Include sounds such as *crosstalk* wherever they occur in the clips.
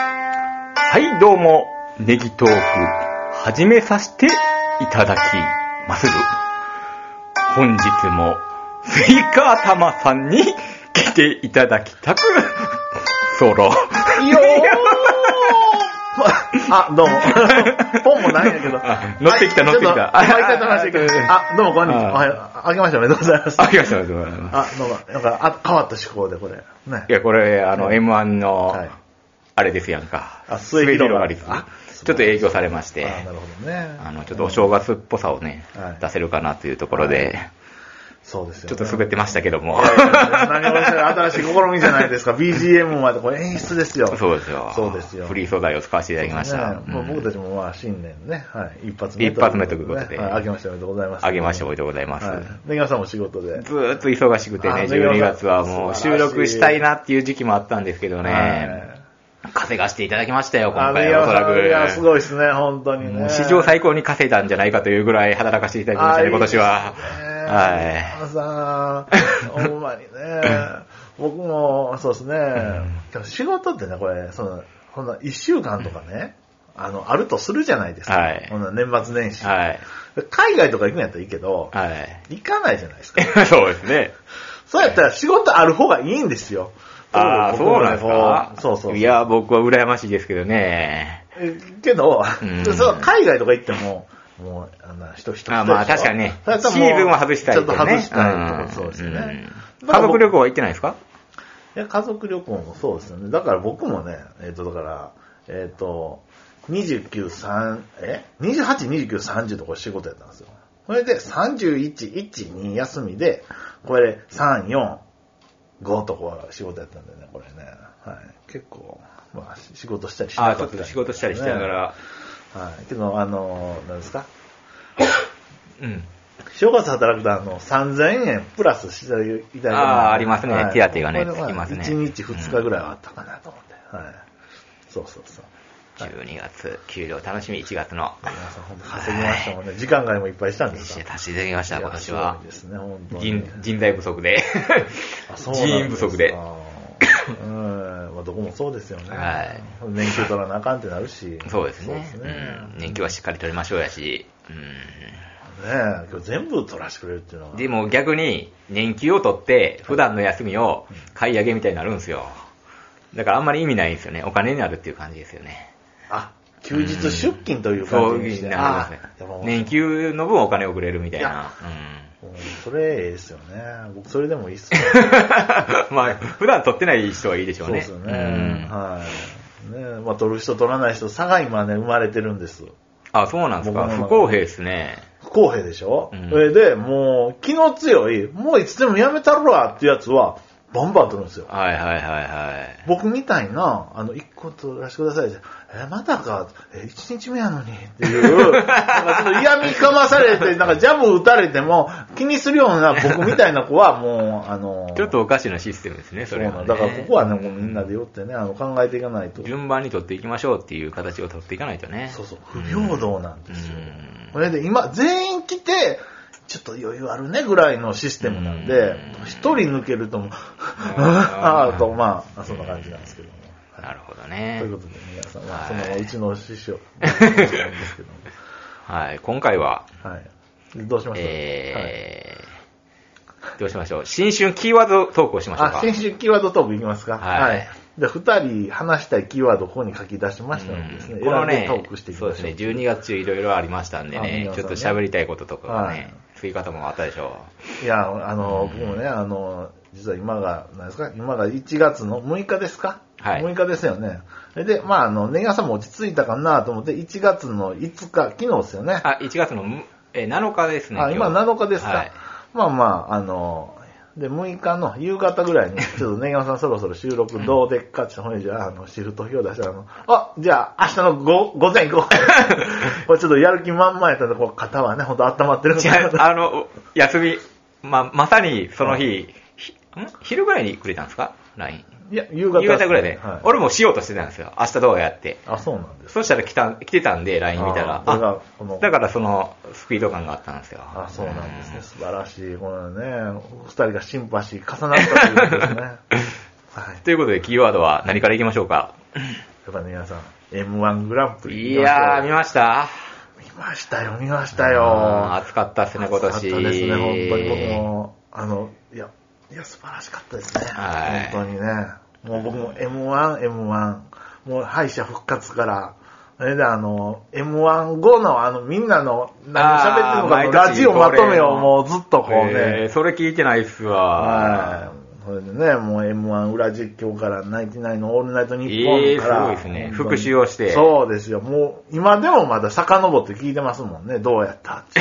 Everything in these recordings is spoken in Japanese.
はい、どうも、ネギ豆腐、始めさせていただきまする。本日も、スイカ頭さんに来ていただきたく、 *laughs* ソロ。よー *laughs* あ、どうも。 *laughs* ポンもないんやけど。あ乗ってきたはい乗ってきたちょと毎回楽しいけど。ああ、どうもこんにちは。あおはよう。ああけましておめでとうございます。 *laughs* あ、来ました、来ました。あ、どうも。なんか、あ変わった思考で、これ。ねい。や、これ、あの、はい M1 の、はいあれですやんか。あ末広がり末あですちょっと影響されましあ、て、なるほどね。あの、ちょっとお正月っぽさをね、はい出せるかなというところで、そうですよちょね。っと滑ってましたけども。何をおっしゃる新しい試みじゃないですか。BGM まで、これ演出ですよ。 *laughs* そうですよ。そうですよフリー素材を使わせていただきました。ねもううん僕たちもまあ、新年ね、はい。一発目。一発目ということではいあけましておめでとうございます。あげましておはめでとうございます。い。で、皆さんも仕事で。ずーっと忙しくてね、あ12月はもう素晴ら収しい録したいなっていう時期もあったんですけどはいね、稼がしていただきましたよ、今あ回れははおそらく。いや、すごいですね、本当にもね。う史上最高に稼いだんじゃないかというぐらい働かせていただきましたね、今年は。 *laughs* はい。は。さん、ほんまにね。僕も、そうですね。でも仕事ってね、これ、その、ほんな一週間とかね、あの、あるとするじゃないですか。はいほんな年末年始。はい。海外とか行くんやったらいいけど、はい。行かないじゃないですか。 *laughs* そうですね。そうやったら仕事ある方がいいんですよ。ああ、僕そうはなんねですかこうそうそう。いや、僕は羨ましいですけどね。えけど、うんそう海外とか行っても、もう、あの、人一人あまあ確かにね。シーズンは外したいけちょっどとね。外したいとこんそうですよね。うん家族旅行行は行ってないですかいや、家族旅行もそうですよね。だから僕もね、えっ、と、だから、えっ、と、29、3、え ?28、29、30とこれ仕事やったんですよ。これで31、1、2休みで、これ3、4、5とこは仕事やったんでね、これね。はい。結構、まあ仕事したりしなかあっちたょっりと仕事したりしてながら。はい。けど、あの、何ですかうん。正月働くとあの、3000円プラスしていただいてあーありますね手当がねこれつきますね1日2日ぐらいはあったかなと思って。はい。そうそうそう。 12月、給料楽しみ、1月の。皆さん本当稼ぎましたもんね。時間外もいっぱいしたんです達か成できました、今年いやすご。はいですね、本当に。人人材不足で。あそうなん人員で不すか足で。うん。まあどこもそうですよね。はい年休取らなあかんってなるし。そうですね。そううですね。ん。年金はしっかり取りましょうやし。うん。ねえ今日全部取らせてくれるっていうのは。でも逆に、年金を取って、普段の休みを買い上げみたいになるんですよ。だからあんまり意味ないんですよね。お金になるっていう感じですよね。あ、休日出勤というそう感いうじにふしうになて。りあますでねも。年給の分お金をくれるみたいいなや。うんもうそれ、ええですよね。僕、それでもいいっすね。 *laughs* まあ、普段撮ってない人はいいでしょそううね。ですよね。うんはい。ねえまあ、取る人、取らない人、差が今ね、生まれてるんです。あ、そうなんですか。僕も不公平ですね。不公平でしょ、うんそれで、もう、気の強い、もういつでもやめたろわってやつは、バンバン取るんですよ。はいはいはいはい。僕みたいな、あの、一個取らせてください。え、またか、え、一日目やのに、っ *laughs* ていう、なんかちょっと嫌味かまされて、なんかジャブ打たれても、気にするような僕みたいな子は、もう、あの、ちょっとおかしなシステムですね、そそうれなは、のね。だからここはね、もうみんなでよってね、あの考えていかないと。順番に撮っていきましょうっていう形を取っていかないとね。そうそう、不平等なんですようん。これで今、全員来て、ちょっと余裕あるねぐらいのシステムなんでう、一人抜けるともう、 *laughs* ああ、と、まあ、そんな感じなんですけども。なるほどとねいう。ことで、皆さん、まあ、そはいのうちの師匠なんですけども。はい。今回は、はい。どうしましょうえーどうしましょう。新春キーワード投稿しましょうはいか。あ、先週キーワードトークいきますか。ははいい。で、二人話したいキーワードをここに書き出しましたのでですうね、んこの選んねでトークしてい、きそうまですしね、ょう。 12月中いろいろありましたんであ皆ねさ、んねちょっと喋りたいこととかがはねい、追加方もあったでしょいや、あの、僕もね、あの、実は今が、何ですか、今が1月の6日ですかはい6日ですよね。それで、まあ、あの、年朝も落ち着いたかなと思って、1月の5日、昨日ですよね。う。あ、1月のえー7日ですね。あ、今今日7日ですか、はいまあまあ、あの、で、6日の夕方 *laughs* ぐらいに、ちょっとね、山さんそろそろ収録どうでっかって、ほんでじゃあ、あの、シフト表出したら、あの、あ、じゃあ、明日の午午 *laughs* 前行こう。これちょっとやる気満々やったんで、こう、肩はね、ほんと温まってるん違ですけう、あの、休み、ま、まさにその日、ひん昼ぐらいにくれたんですか ?LINE。いや、夕方、夕方ぐらいで、はい、俺もしようとしてたんですよ。明日どうやって。あ、そうなんです。そしたら来た、来てたんで、LINE 見たら。あーこれがあこのだからその、スピード感があったんですよ。あ、そうなんですね。素晴らしい。このね、二人がシン *laughs* パシー重なったということですね。はい。ということで、キーワードは何からいきましょうかっぱね、皆さん、M1 グランプリいやー、見見ましたましたよ、見ましたうんよ。暑かったですね、今年。暑かったですね、本当に僕も、あの、いや、いや、素晴らしかったですね。はい本当にね。もう僕も M1、M1、もう敗者復活から、あれであの、M1 後のあの、みんなの、何喋ってるあーのか毎の年ラジオまとめを恒例のもうずっとこうえねー、それ聞いてないっすはわ。い。それでね、もう M1 裏実況からナインティナインのオールナイトニッえーポンから、すごいですね復習をしてそうですよ。もう今でもまだ遡って聞いてますもんね。どうやった *laughs* って。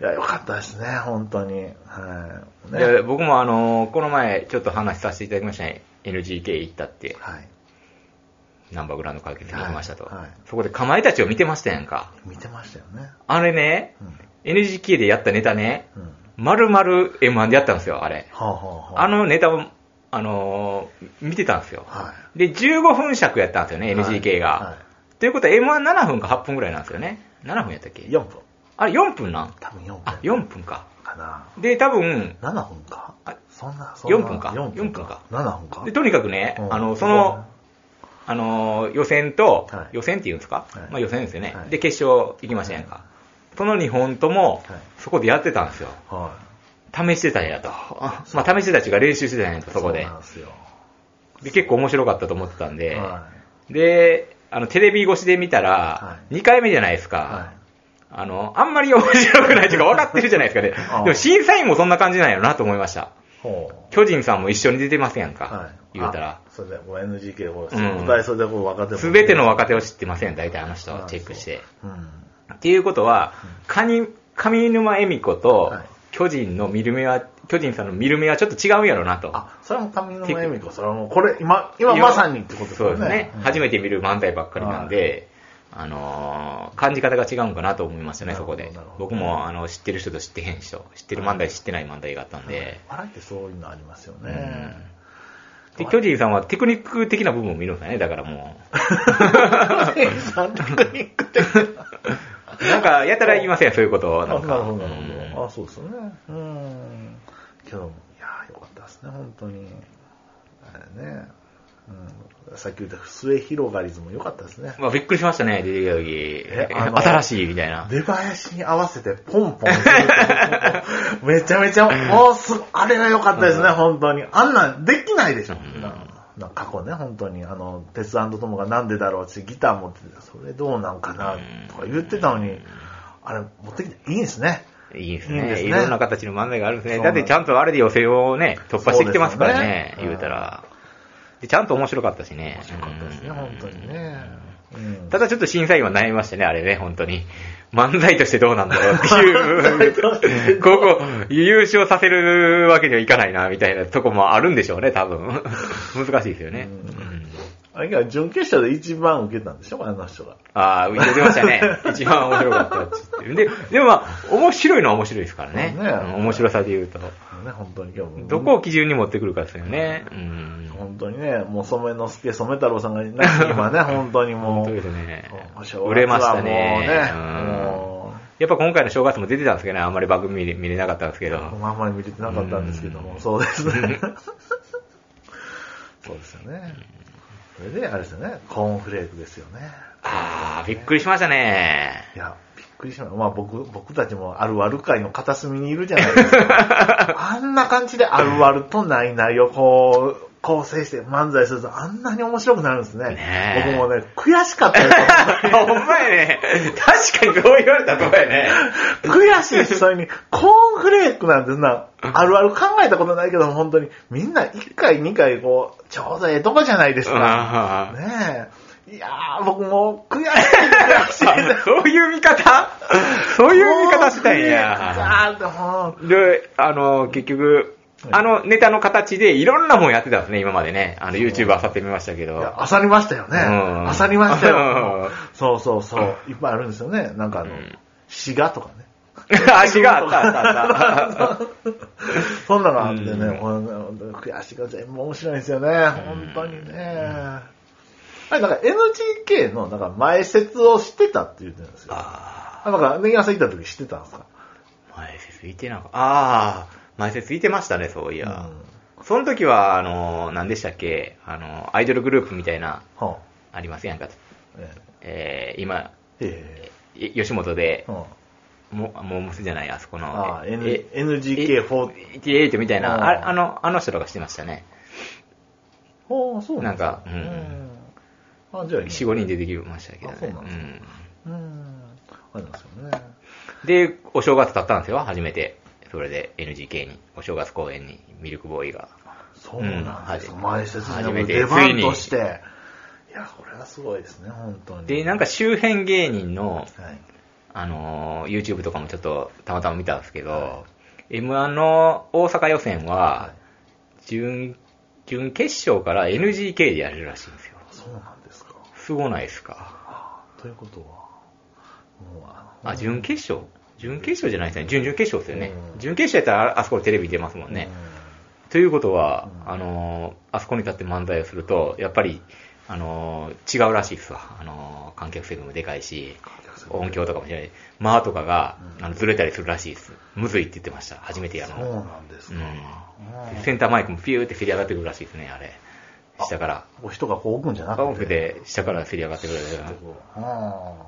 いや、よかったですね、本当に。はい。ね。いや僕もあのーこの前ちょっと話させていただきましたね。NGK 行ったって、はい。ナンバーグランド解決に行きましたと。はいはいそこでかまいたちを見てましたやんか。見てましたよね。あれね、うん。 NGK でやったネタね、うん。は丸々 M1 でやったんですよ、あれ。あ、はあはあ、あのネタを、あのー見てたんですよ。はで、15分尺やったんですよね、い。 NGK が。はということは M17 分か8分ぐらいなんですよね。7分やったっけい。4分。あれ4分なん多分4分。あ、4分か。かな。で、多分、 7分かあそんな、そんな。 4分か4分か。7分かでとにかくね、うんあの、その、、あの、予選と、はい予選っていうんですか、はいまあ予選ですよね。はいで、決勝行きましたやんか。その2本ともはい、そこでやってたんですよ。は試してたんやと。あまあ試してたちが練習してたんやと、い。そこでうなんですよ。で。結構面白かったと思ってたんで、はで、あの、テレビ越しで見たらは、い2回目じゃないですか。い。はあの、あんまり面白く *laughs* ないというか分かってるじゃないですかね。ああでも審査員もそんな感じなんやろなと思いました。い。ほう。巨人さんも一緒に出てますやんか。はい。言うたらあ。。それで、もう NGK を、うん舞台袖でこう若手もすべての若手を知ってません、大体あの人あはあチェックして。うん。っていうことは、カニ、上沼恵美子とはい巨人の見る目は、巨人さんの見る目はちょっと違うんやろなと。あ、それも上沼恵美子、それはもう、これ、今、今まさにってことですそうよね。ですね。うん初めて見る漫才ばっかりなんで、あのー感じ方が違うんかなと思いましたね、なそるほこどでなる。ほど僕も、あの、知ってる人と知ってへん人、知ってる漫才、知ってない漫才があったんで。笑いってそういうのありますようね。んで、巨人さんはテクニック的な部分を見るんですね、だからも *laughs* 3テクニックって。 *laughs* う。なんか、やたら言いませんよ、そういうことを。あななんるか。ほど、なるほど。うんあ、そうですよね。うん。けど、いやー、よかったですね、本当に。あれね。うん。さっき言った末広がりズも良かったですね。まあ、びっくりしましたね、出てきえたあ時。の新しい、みたいな。出囃子に合わせてポンポンするって。めちゃめちゃ、もうすごあれが良かったですね、本当に。あんなんできないでしょ。うんなな過去ね、本当に、あの、鉄腕と友がなんでだろうってギター持ってて、それどうなんかな、とか言ってたのに、あれ持ってきていいんですね。いいですいいでね。すねいろんな形の漫才があるんですそね。うなだんっですてちゃんとあれで予選をね、突破してきてますからね、そうですよね言うたら。で、ちゃんと面白かったしね。面白かったですね、うん本当にね。うんただちょっと審査員は悩みましたね、あれね、本当に。漫才としてどうなんだろうって *laughs* いう。ここ、優勝させるわけにはいかないな、みたいなとこもあるんでしょうね、多分。難しいですよね。うんうんあれが準決勝で一番受けたんでしょ、あの人が。ああ、言ってましたね。一番面白かったっつって。で、でもまあ、面白いのは面白いですからね。そうねうん面白さで言うと。ね、本当に今日もどこを基準に持ってくるかですよね。うん。本当にね、もう染之助、染太郎さんがいない今ね、本当にも本う。当ですねもう。正月は売れましたもうねね。うんもやっぱ今回の正月も出てたんですけどね、あんまり番組見れ見れなかったんですけど。う、あんまり見れてなかったんですけどうも、んそうです *laughs* ね。そうですよね。それで、あれですよね、コーンフレークですよね。ああ、びっくりしましたね。いや、びっくりしました。まあ僕、僕たちもあるある会の片隅にいるじゃないですか。 *laughs* あんな感じであるあるとないないをこう、構成して漫才するとあんなに面白くなるんですね。ねえ僕もね、悔しかったです。ほんまやね。確かにこう言われたらそうやね。悔しいし、それに、コーンフレークなんてな、あるある考えたことないけども、本当に、みんな1回、2回、こう、ちょうどええとこじゃないですか。あーねえ。いやー、僕もう悔しい、悔しい。あそういう見方 *laughs* そういう見方したいんや。コーンフレークかーって、で、あの、結局、あのネタの形でいろんなもんやってたんですね、今までね。あの、YouTuber さってみましたけいやど。漁りましたよね。うん漁りましたうよん。そうそうそう。いっぱいあるんですよね。なんかあのうん、滋賀とかね。足があった、あった、あ *laughs* った。そんなのあってね、うんほん悔しいが全部面白いんですよね、本当にね。あれ、だから NGK の、だから前説をしてたって言ってるんですよ。ああ、だから、ネギさん行った時知ってたんですかあ、前説いてなかった。ああ、前説いてましたね、そういや。うんその時は、あの、何でしたっけ、あの、アイドルグループみたいな、はありませんか。あ、ええー、今、ええい吉本でえ、はも、もうむすじゃない、あそこの。ああえ N- え NGK4 え48みたいな、ああああの、あの人らがしてましたね。あ、はあ、そうなんですなんかうんうん、あじゃあいいね4、5人出てきましたけどね。あそうなんですかんうんあれなんですよねで、お正月経ったんですよ、初めて。それで NGK に、お正月公演に、ミルクボーイが。そうなんです、うん前説初にめて出番ついとにしていやこれはすごいですね本当にで、なんか周辺芸人の、はいあのー YouTube とかもちょっとたまたま見たんですけど、は M1 の大阪予選はは、準、準決勝から NGK でやるらしいんですよ。そうなんですかすごないですか。あということはもうあのあ、準決勝準決勝じゃないですね。準々決勝ですよね。うん準決勝やったらああそこテレビ出ますもんね。ということは、あのーあそこに立って漫才をすると、やっぱり、あのー違うらしいですわ。あのー観客席もでかいし、音響とかもしない。間とかが、うんあのずれたりするらしいです。むずいって言ってました。初めてやるそのうが。なんですうか、んうんセンターマイクもピューってせり上がってくるらしいですね、あれ。下から。こう人がこう置くんじゃな青くくてで下からせり上がってくる。うん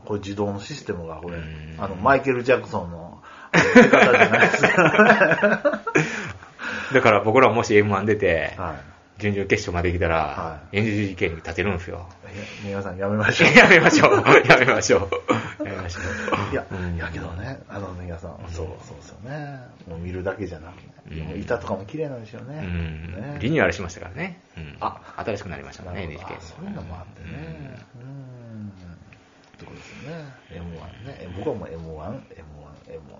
これ自動のシステムがこれうんあのマイケル・ジャクソンの出方じゃないですかだから僕らもし M1 出て、は準々決勝まで来たはら、NGK に立てるんですよ。 *laughs* いや皆さんやめましょうやめましょう。 *laughs* やめましょ *laughs* う。やめましょう。いやうん、やけど。ね、あのね、皆さん、そう、そうですよね。もう見るだけじゃなくて、うんもう板とかも綺麗なんですよね。うんね。リニューアルしましたからね。うんあ新しくなりましたもんね、なるほど NHK あそういうのもあってね。うん。ってことですよね。M1 ね。え僕はもう M1、M1、M1。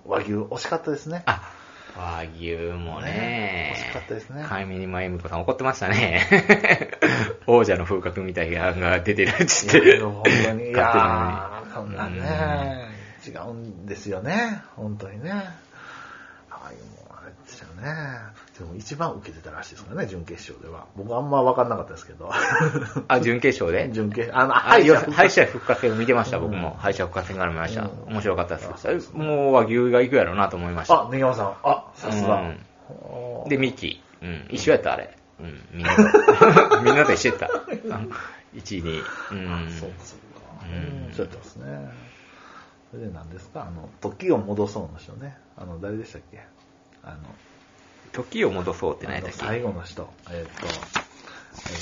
和牛惜しかったですね。あ、和牛もねね。惜しかったですねカイミニマエムコさん怒ってましたね。 *laughs* 王者の風格みたいな批判が出てるっつっいやて。*laughs* 本当に。いや勝ー、手そんなにね、違うんですよね。本当にね。ああいうもんあれですよね。でも一番受けてたらしいですからね、準決勝では。僕あんま分かんなかったですけど。 *laughs* あ、準決勝で準決あの、あ敗敗者者敗者復活戦を見てました、僕うも。敗者復活戦から見ました。うん面白かったです。もう和牛が行くやろうなと思いました。あ、根山さん。あ、さすうがん。ほーで、ミキ。うん、一緒やった、あれ。うん、みん *laughs* なと。みんなと一緒やった。1位に。うん。そうか、そうか。うんうんそうやったんですね。それで何ですかあの、時を戻そうの人ね。あの、誰でしたっけあの、時を戻そうって何あやっのたっけ最後の人。えーっと、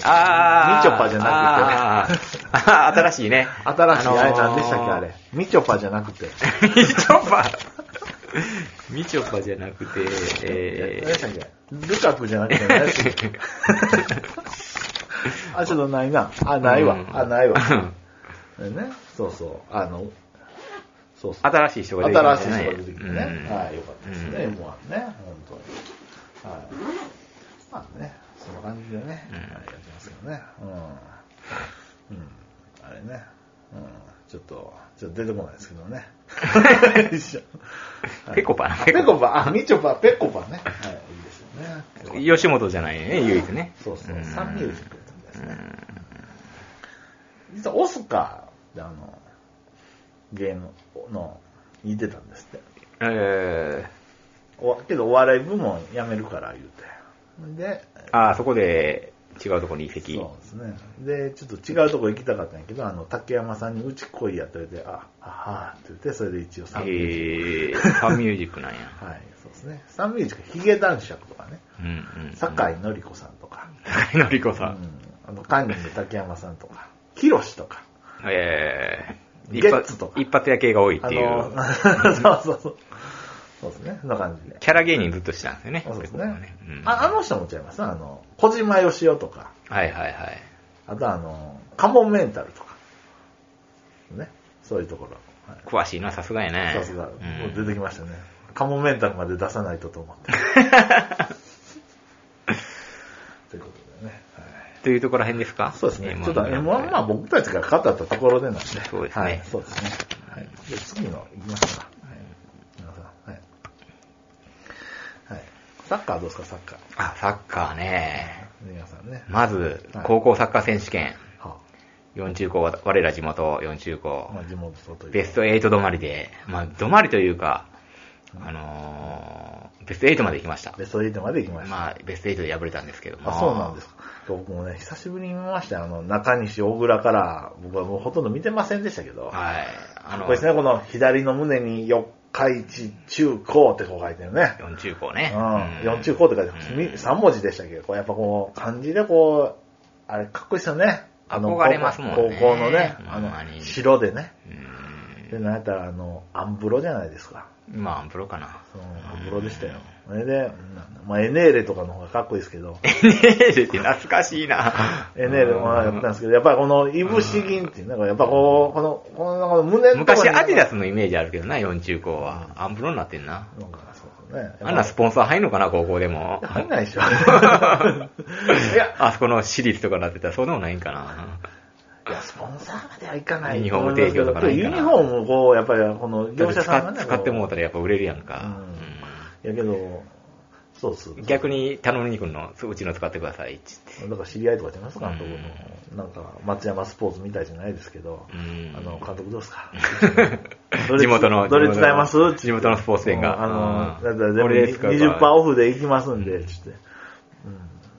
あー。みちょぱじゃなくてね。あーあー、新しいね。新しい、あれ何でしたっけのーあれ。。みちょぱじゃなくて。みちょ *laughs* ぱ。みちょぱじゃなくて、え何でしたっー、けルカクじゃなくて何でしたっけ *laughs* あ、ちょっとないな。あ、ないわ。あ、な *laughs* いわ。ね、そうそう、あの、そうそう。新しい人が出てき *laughs* 新まししい人たねが出てきてうね。んはい、よかったですね、うん M1 ね、本当に。はい。まあね、そんな感じでね、うんはいやってますけどね。うん。うん。あれね、うん。ちょっと、ちょっと出てこないですけど *laughs* ね。一緒ペコパなペコパ、あ、みちょぱ、ペコパね。はい、いいですよね。吉本じゃないね、唯一ね。そうそう、んサンミュージックですね。実はオスカーであの、芸能の、言ってたんですって。えおけどお笑い部門辞めるから言うて。で、ー、ああ、そこで違うとこに移籍。そうですね。で、ちょっと違うとこ行きたかったんやけど、あの、竹山さんにうち来いやって言われて、あ、ははって言って、それで一応サンミュージッえー、サンミュージックなんや。ク。はい、そうですね。サンミュージック、ヒゲ男爵とかね、うんうんうん。酒井紀子さんとか、酒井のりこうさん。ん、あの、カンニング竹山さんとか、ヒロシとか。えー、ゲッツとか一発一発屋系が多いっあていう。の、 *laughs* そうそうそう。そうですね。そんな感じで。キャラ芸人ずっとしてたんですよね。そうですペコパはねうん。ああの人もちゃいますあの、小島よしおとか、はいはいはい。あとあの、カモンメンタルとか。ね。そういうところ。はい詳しいな、さすがやね。さすが、もうんう出てきましたね。カモンメンタルまで出さないとと思 *laughs* って。ということでね。はいというところら辺ですかそうですね。 M1 ちょっと M1 は僕たちが語ったところでなんで。そうですねはい、そうですね。はい。で、次の行きますか。はい。皆さん。はい。はい。サッカーどうですか、サッカー。あ、サッカーね。皆さんね。まずはい、高校サッカー選手権。は4中高、我ら地元4中あ、高ま。あ、地元というかベスト8止まりで、まあ、止まりというか、あのーベスト8まで行きました。ベスト8まで行きました。まあ、ベスト8で敗れたんですけども。あ、そうなんですか。僕もね、久しぶりに見ましたよあの、中西大倉から、僕はもうほとんど見てませんでしたけど。はい。あこの、れですね、この左の胸に四日市中高ってこう書いてるね。 4中高うね。ん。うん四中高って書いてうんる。3文字でしたけど、こうやっぱこう、漢字でこう、あれかっこいいですよね。あの、憧れますもんね高校のね、あほんのまに、白でね。うんで、なんやったら、あの、アンブロじゃないですか。まあ、プロかな。そのアンブロでしたよ。それで、うんまあ、エネーレとかの方がかっこいいですけど。 *laughs* エネーレって懐かしいな。えねえ、でもやったんですけど、やっぱりこの、いぶし銀っていう、なんかやっぱこう、この、この、この胸のところ昔にアディダスのイメージあるけどな、4中高は。アンプロになってんな。なんかそうそうね。あんなスポンサー入んのかな、高校でも。入ん *laughs* ない *laughs* でしょ。いや、あそこの私立とかになってたらそうでもないんかな。いや、スポンサーまではいかないユニとフォー思ム提いますけ供ど。とかないユかニなフォームをこう、やっぱりこの業者さんがね、使ってもうこたらやっぱ売れるやんか。ういやけど、そうっす。うん逆に頼みに来るの、うちの使ってくださいってだから知り合いとかじゃないですか、監督うの。なんか、松山スポーツみたいじゃないですけど、言って。うんあの、監督どうですかど *laughs* れ地元の、どれ使います地元の地元のスポーツ店うんが。あの、うだんからこれで全使部うから20%オフで行きますんで、つって。うん、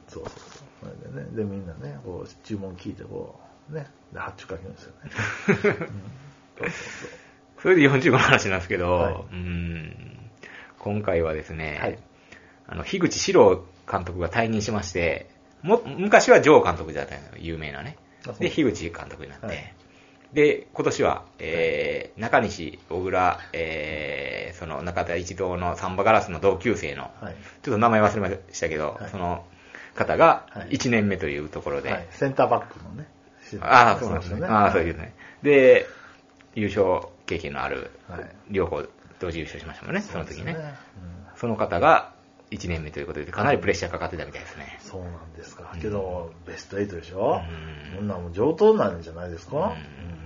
そうそうそう。それでね、で、みんなね、こう、注文聞いて、こう、ね、で発注かけるんですよ *laughs* ね。それで45の話なんですけど、はいうん今回はですね、はいあの樋口史郎監督が退任しまして、も昔はジョー監督だったのよ有名なねあそう。で、樋口監督になって、はいで、今年は、えー中西、小倉、えーその中田一同のサンバガラスの同級生の、はい。ちょっと名前忘れましたけど、はいその方がはい1年目というところで、はい、センターバックのね。ああ、そうなんですね。ああ、そういうことね。で、優勝経験のある、はい両校同時優勝しましたもんね、その時ね。そうですその方が1年目ということで、かなりプレッシャーかかってたみたいですね。うんそうなんですかう。んけど、ベスト8でしょうんそんなもん上等なんじゃないですか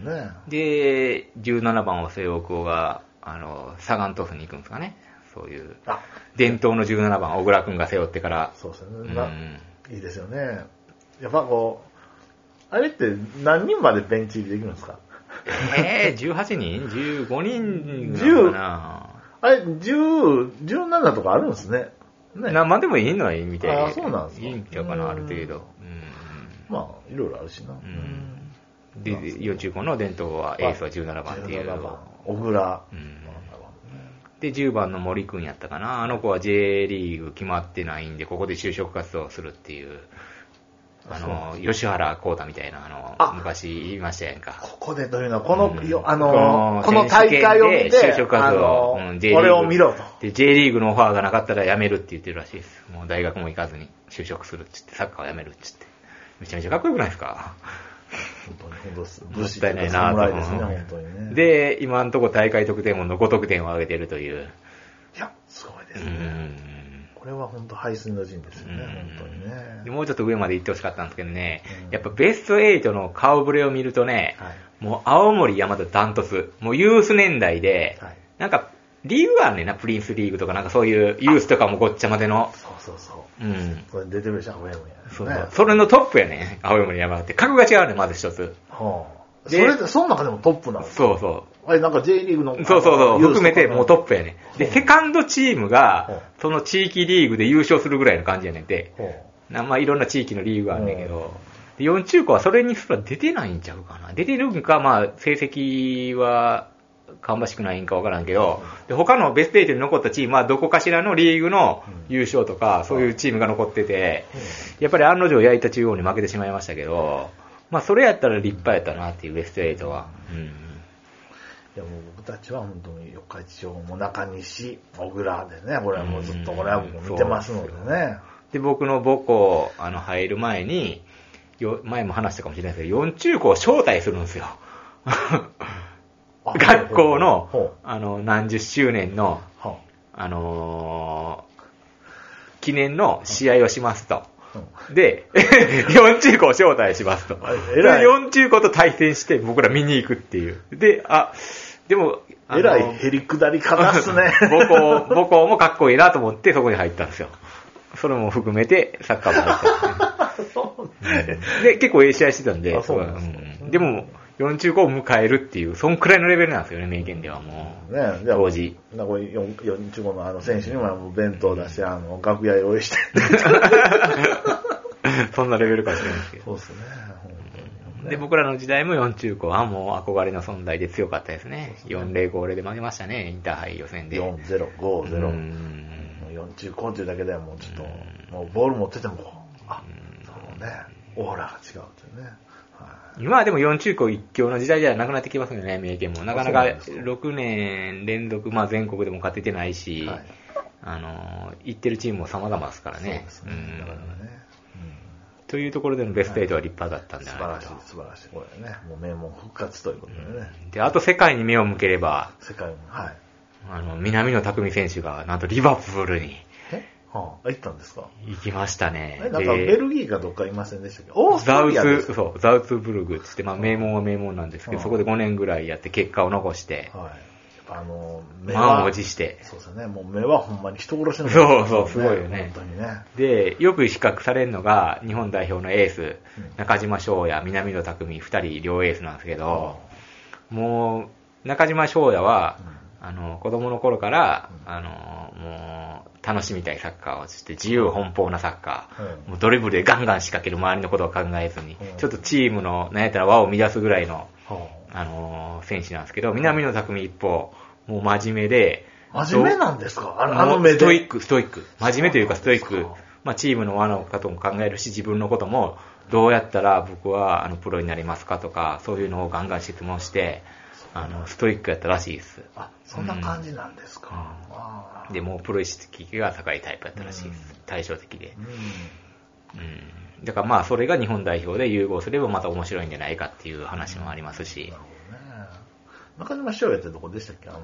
ううんね。で、17番を西洋校が、あの、サガン鳥栖に行くんですかね。そういう、あ、伝統の17番、小倉君が背負ってから、そうですよう、ね。なんいいですよね。やっぱこう、あれって何人までベンチ入りできるんですかえー、18人 ?15 人なのかなあれ、10、17とかあるんですね。ね。何万でもいいのはいいみたいあそうなんですかいいんちゃうかな、ある程度。ううんまあ、いろいろあるしな。んで、45の伝統はエースは17番っていう。 17番。小倉。うんまあで、10番の森くんやったかな。あの子は J リーグ決まってないんで、ここで就職活動をするっていう。あの、吉原幸太みたいな、あの、あ昔言いましたやんか。ここでというのは、この、うんよあの、この大会を選手権で見就て職、あ活動の、うん J リーグ俺を見ろと。で、J リーグのオファーがなかったら辞めるって言ってるらしいです。もう大学も行かずに就職するって言って、サッカーを辞めるって言って。めちゃめちゃかっこよくないですか本当に、本当です。も武っ士たいないなと侍ですね、本当にね。、で、今んとこ大会得点もの5得点を上げてるという。いや、すごいでうすね。んこれは本当、背水の陣ですよね、本当にでね。もうちょっと上まで行ってほしかったんですけどね、うんやっぱベスト8の顔ぶれを見るとね、はいもう青森山田ダントツ、もうユース年代で、はいなんかリーグがあるねんな、プリンスリーグとかなんかそういうユースとかもごっちゃまでの、そうそうそう。うん、これ出てるでしょ、青山や。そうそうねそれのトップやね、青森山田って、格が違うね、まず一つ。はあ、そでれで、その中でもトップなのそうそあれ、なんか J リーグの。う。そうそうそう。含めてもうトップ。プやね。ほで、うセカンドチームほうが、その地域リーグで優勝するぐらいの感じやねんて。ほうなまあ、いろんな地域のリーグがあるんだけど、で4中高はそれにすら出てないんちゃうかな。出てるんか、まあ、成績は、芳しくないんかわからんけど、で、他のベスト8に残ったチームはどこかしらのリーグの優勝とか、そういうチームが残ってて、やっぱり案の定焼いた中央に負けてしまいましたけど、まあ、それやったら立派やったなっていうベスト8は。いや、もう僕たちは本当に四日市町も中西、小倉でね、これはもうずっとこれは僕見てますのでうんね。で、僕の母校、あの、入る前に、よ前も話したかもしれないですけど、4中高を招待するんですよ。あ *laughs* 学校ほうの、あの、何十周年の、はあのー記念の試合をしますと。あうんで、4中高招待しますと。あ偉い4中高と対戦して僕ら見に行くっていう。で、あ、でも、あえの。らいへりくだり方っすね *laughs* 母校、母校もかっこいいなと思ってそこに入ったんですよ。それも含めてサッカーも入ったんですね。そう *laughs* で、結構ええ試合してたんで、あそうなんですかうんでも、 45を迎えるっていう、そんくらいのレベルなんですよね、名言ではもう。 *laughs* ねじゃあ、当時。なんかこれ4 45のあの選手にももう弁当出して、あの、楽屋用意して。そんなレベルかもしれないですけど。そうですね、本当に。で、僕らの時代も4中高はもう憧れの存在で強かったですね。4050で負けましたね、インターハイ予選で。う4050。ん4中高というだけではもうちょっと、もうボール持っててもこう、あ、そうね、オーラが違うというね。は今はでも4中高一強の時代ではなくなってきますよね、三重県も。なかなかそうなんですか6年連続、まあ全国でも勝ててないい。し、はい。あの、行ってるチームも様々ですからそうねで。すね。なかなかうんね。というところでのベスト8は立派だったんうんじ素ゃ晴ないらかしいと、。素晴らしい。これね、もう名門復活ということでね、で、あと世界に目を向ければ、世界も、はい。あの、南野拓実選手が、なんとリバプールにえはあ、行ったんですか行きましたね。え、なんかでベルギーかどっかいませんでしたっけオースザトウリアですツ、かそう、ザウツブルグって言って、まあ名門は名門なんですけうど、んそこで5年ぐらいやって結果を残して、はい。やっぱあの、目は、満を持して。そうですね、もう目はほんまに人殺しのそうそうすごいよね本当にね。で、よく比較されるのが、日本代表のエースうん、中島翔也、南野拓実、2人両エースなんですけど、もう、中島翔也は、あの、子供の頃から、あの、もう、楽しみたいサッカーをして、自由奔放なサッカうー、んもうドリブルでガンガン仕掛ける周りのことを考えずにう、んちょっとチームの、なんやったら輪を乱すぐらいの、はあのー選手なんですけど、南野拓実一方、もう真面目で、あ真面目なんですかあのあのもう目で。ストイック、ストイック。真面目というかスそうトなイんでッすかク。まあ、チームの罠のことも考えるし、自分のことも、どうやったら僕はあのプロになりますかとか、そういうのをガンガン質問して、あの、ストイックやったらしいです。あ、そんな感じなんですか。うんあーで、もうプロ意識が高いタイプやったらしいですう。対照的でう。んうん。だからまあ、それが日本代表で融合すればまた面白いんじゃないかっていう話もありますしなる、ほどね。中島翔也ってどこでしたっけあの、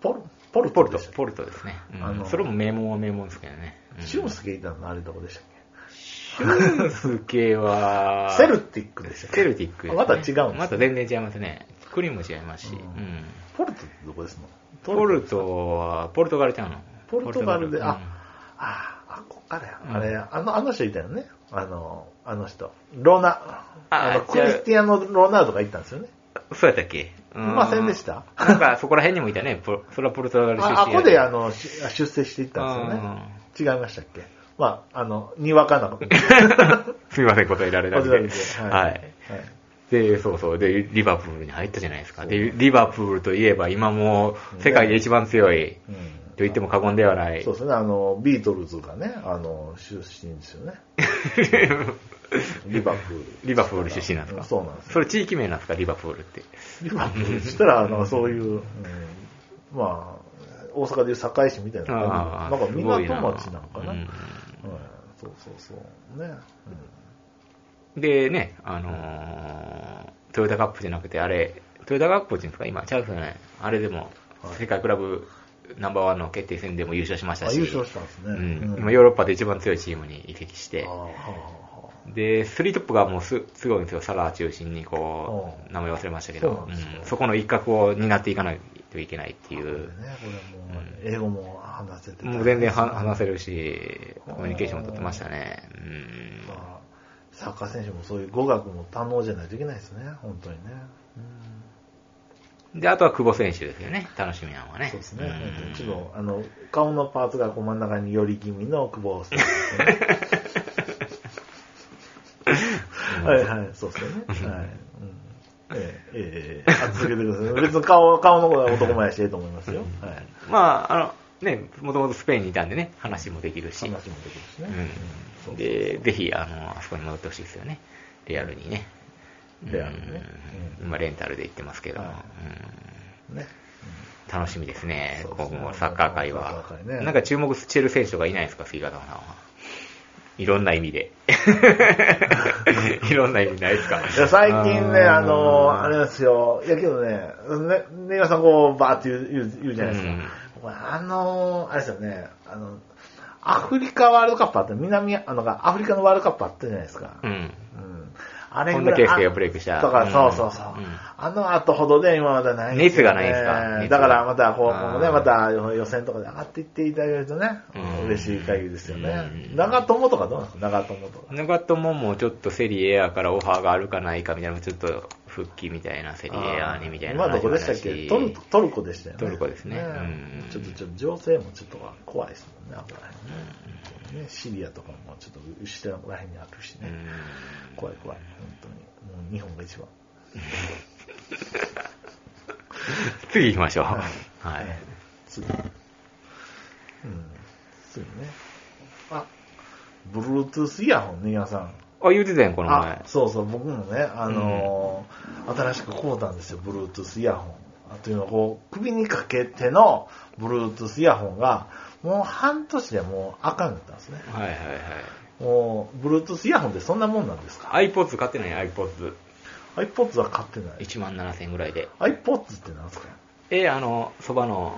ポル、ポルポルトトでした、っけポルトですね。あうん。のそれも名門は名門ですけどね。うん俊介いたのあれどこでしたっ俊介はけ、セルティックでしたっけセルティックですね、また違うんですねまた全然違いますね。クリーム違いますし。うんうんポルトってどこですのポルトは、ポルトガルちゃうのポルトガルで、ポトガあル、あー、あ、こあれや、うんあれ、あの、あの人いたよね。あの、あの人。ロナ、ああ違の、うクリスティアーノ・ロナウドが行ったんですよね。うんそうやったっけういませんでしたなんか、そこら辺にもいたね。ポそれはポルトガル出身あ、あこであの、の、し出世していったんですよね。う違いましたっけまあ、あの、にわかなこと。 *laughs* んすみません、答えられなく答えられてな。くてはいはい。はいで、そうそう。で、リバプールに入ったじゃないですか。で、リバプールといえば、今もう世界で一番強いと言っても過言ではない。そうですね、あの、ビートルズがね、あの、出身です *laughs* よね。リバプール。リバプール出身なんですかうそうなんですよそれ地域名なんですか、リバプールって。リバプールしたら、あの、そういう、うんまあ、大阪でいう堺市みたいな感じああなんかすごいな港町なんかな。ううんんそうそうそう。ね。でね、あのートヨタカップじゃなくて、あれ、トヨタカップっていうんですか、今、チャンスない。あれでも、はい世界クラブナンバーワンの決定戦でも優勝しましうたんあし、優勝したんですね。うんうん今ヨーロッパで一番強いチームに移籍してああ、はあはあで、スリートップがもうすすごいんですよ、サラー中心に、こう、名前忘れましたけそうなどん、ですようんそこの一角を担っていかないといけないっていね、う。これもう、英語も話せてたもう全然は話せるし、コミュニケーションも取ってましたね。うん。まあ、サッカー選手もそういう語学も堪能じゃないといけないですね、本当にね。で、あとは久保選手ですよね。楽しみなのはね。そうですね。ん本当にちょっと、あの、顔のパーツがこう真ん中に寄り気味の久保選手ですね。はいはい、そうですよね。はい。うんええ、ええ、ええあ続けてください。別に顔、顔の方が男前やし、ええと思いますよ。はい。まあ、あの、ね、もともとスペインにいたんでね、話もできるし。話もできるしね。うそん。うで、ぜひ、あの、あそこに戻ってほしいですよね。レアルにね。レアルねうん今、レンタルで行ってますけども。はいそうね。うん楽しみですねそ、うですね今後、サッカー界サッはカー。界ねなんか注目してる選手がいないですか、杉方さんは。いろんな意味 *laughs* で。いろんな意味ないですか。いや最近ね、あのあれれなんですよ。いやけどね、ね、ねぎわさんこう、バーって言う言う言うじゃないですか。うんこれあのあれですよね、あの、アフリカワールドカップあった、南、あの、アフリカのワールドカップあったじゃないですか。うん。うんあれ本ぐ田らい。圭佑がブレイクしたあだから、うんそうそうそう。うんあの後ほどで今まだないんです熱よ、がないですか熱だからまた、こう、あー今後ね、また予選とかで上がっていっていただけるとね、うん嬉しい限りですよね。うん長友とかどうなんですか長友とか。長友もちょっとセリエ A からオファーがあるかないかみたいなのもちょっと復帰みたいなセリエアにみたいな今どこでしたっ話もあしけトルコトルコでしたよね。トルコですねうんちょっとちょっと情勢もちょっと怖いですもんね、危ないね。ねシリアとかもちょっと後ろらへんにあるしうね。ん怖い怖い、本当に。もう日本が一番。次行きましょう。はいはい。すぐ。うん。すぐね。あ、Bluetooth イヤホンね、皆さん。あ、言うてたやん、このあ前、。そうそう、僕もね、あのー新しく買うたんですよ、Bluetooth イヤホン。あというのは、こう、首にかけての Bluetooth イヤホンが、もう半年でもうあかんかったんですね。はいはいもう、Bluetooth イヤホンってそんなもんなんですかはい。iPods 買ってない ?iPods。 ?iPods は買ってない。 1万7000円ぐらいで。 iPods ってなんですかえ、あの、そばの、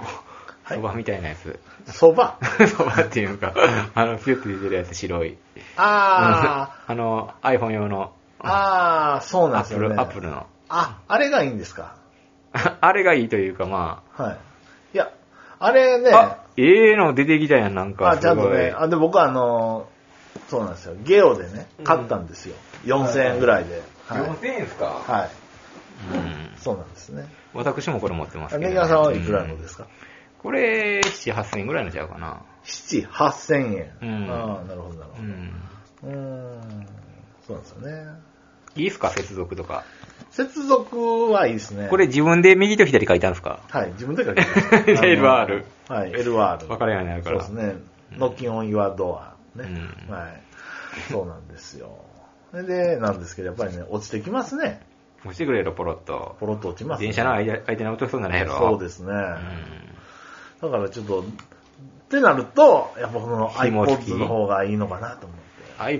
はいそばみたいなやつ。 *laughs* そば。そばっていう *laughs* か、あの、ピュッて出てるやつ、白い。あ *laughs* あの、iPhone 用の、ー、あー、そうなんアッですプよね。ル、アップルの。 *laughs* あ、あれがいいんですかあれがいいというか、まはい。いや、あれね、あ。あ、ええの出てきたやん、なんか。あ、ちゃんとすごいね、あで僕はあのー、そうなんですよ、ゲオでね、買ったんですよ。4000円ぐらいで。はい。 4000円ですかはい。うん。そうなんですね。私もこれ持ってますけど、ネギさんはいくらのうんですか、これ、7、8000円ぐらいのちゃうかな。 ?7、8000円。うんああ、なるほど、なるうほん。ど。うーん。そうなんですよね。いいっすか、接続とか。接続はいいですね。これ、自分で右と左書いたんですかはい、自分で書きました。 *laughs* LR あのはい、LR。分かれへんようになるから。そうですね。ノッキンオンユアドア。ね。うんはい。そうなんですよ。それで、なんですけど、やっぱりね、落ちてきますね。押してくれよ、ポロッと。ポロッと落ちます、ね。電車の相手相手に落としそうにならへんやろ。そうですね。うん。だからちょっと、ってなると、やっぱこの紐付き iPods の方がいいのかなと思って。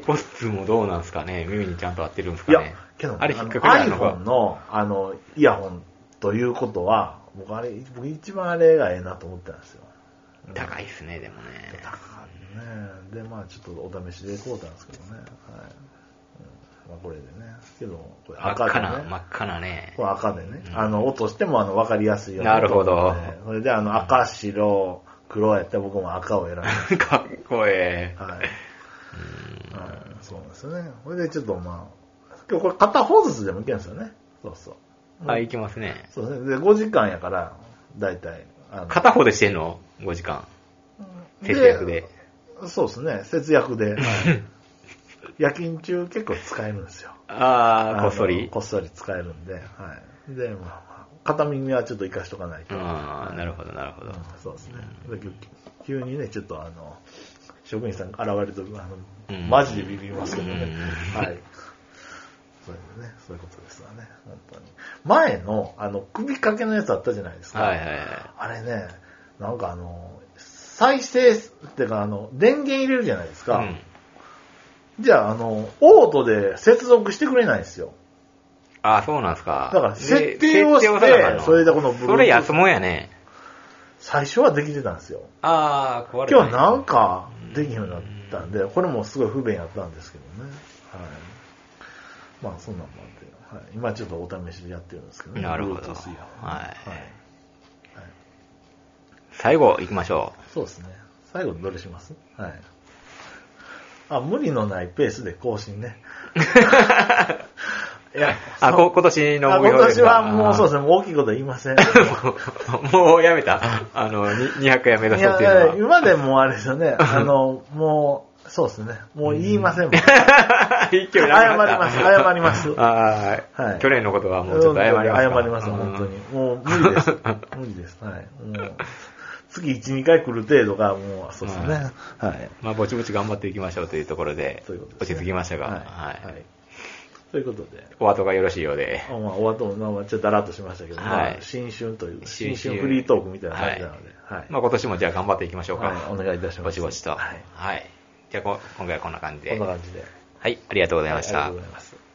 iPods もどうなんすかね耳にちゃんと合ってるんですいかやね、けどね、あれ引あっかのかるの iPhone か。の、あの、イヤホンということは、僕あれ、僕一番あれがええなと思ってたんですよ。高いっすね、でもね。高いね。で、まあちょっとお試しでこうたんですけどね。はい。うん、まあこれでね。けど、これ真っ赤で赤ね。な、真っ赤なねこ。れ赤でね、うんあの、落としてもあの、わかりやすいようになるほどそれであの、赤、白、黒やったら僕も赤を選んで。かっこええ。はい。はい、そうなんですよね。これでちょっとまあ、今日これ片方ずつでもいけるんですよね。そうそう。はい、いきますね。そうですね。で、5時間やから、大体。あの片方でしてんの ?5 時間。節約で。そうですね。節約で。はい *laughs* 夜勤中結構使えるんですよ。あー、こっそあのり。こっそり使えるんで。はい。で、まあまあ、片耳はちょっと活かしとかないと。あー、なるほど、なるほど。うんそうですね。だけど急にね、ちょっとあの、職員さんが現れると、あの、うんマジでビビりますけどね。うんはい。そういうね、そういうことですわね、本当に。前の、あの、首掛けのやつあったじゃないですか。はいはいはい。あれね、なんかあの、再生す、ってかあの、電源入れるじゃないですか。うんじゃあ、あの、オートで接続してくれないんですよ。あー、そうなんすか。だからで設定をして設定せなあかんのそれでこの Bluetooth それ安もんやね。最初はできてたんですよ。あー、壊れ今日ななんかできへんようになったんで、これもすごい不便やったんですけどね。はい。まあそんなんもあって、はい、今ちょっとお試しでやってるんですけどね。なるほど Bluetooth イヤホンはいはい。はい最後、行きまし *laughs* ょそうですね。最後どれしますはい。あ、無理のないペースで更新ね。いや、う。あ、こ今年のあ目標今で年すかはもうそうですね、もう大きいことは言いません。 *laughs* もうやめたあの、に200やめ出いそうっや、ていうのは。 *laughs* 今でもあれですよね、あの、もう、そうですね、もう言いませんもん。一挙にな謝りくなったます、謝ります。あーはい去年のことはもうちょっと謝りますか。謝ります、本当に。もう無理です。 *laughs* 無理です。はい。もう、月1、2回来る程度が、もう、そうですね。ははい。まあ、ぼちぼち頑張っていきましょうというところで、ということで落すねち着きましたが、ははいい。。はいということで、お後がよろしいようであ、まあ、終わったものはちょっとだらっとしましたけど、はいまあ新春という、新新春春フリートークみたいな感じなので、はい。まあ、今年もじゃあ頑張っていきましょうか。はいお願いいたしますぼちぼちと。ははいい。じゃあこ、今回はこんな感じこんでな。感じで。はい、ありがとうございましはありがたとうご。ざいます。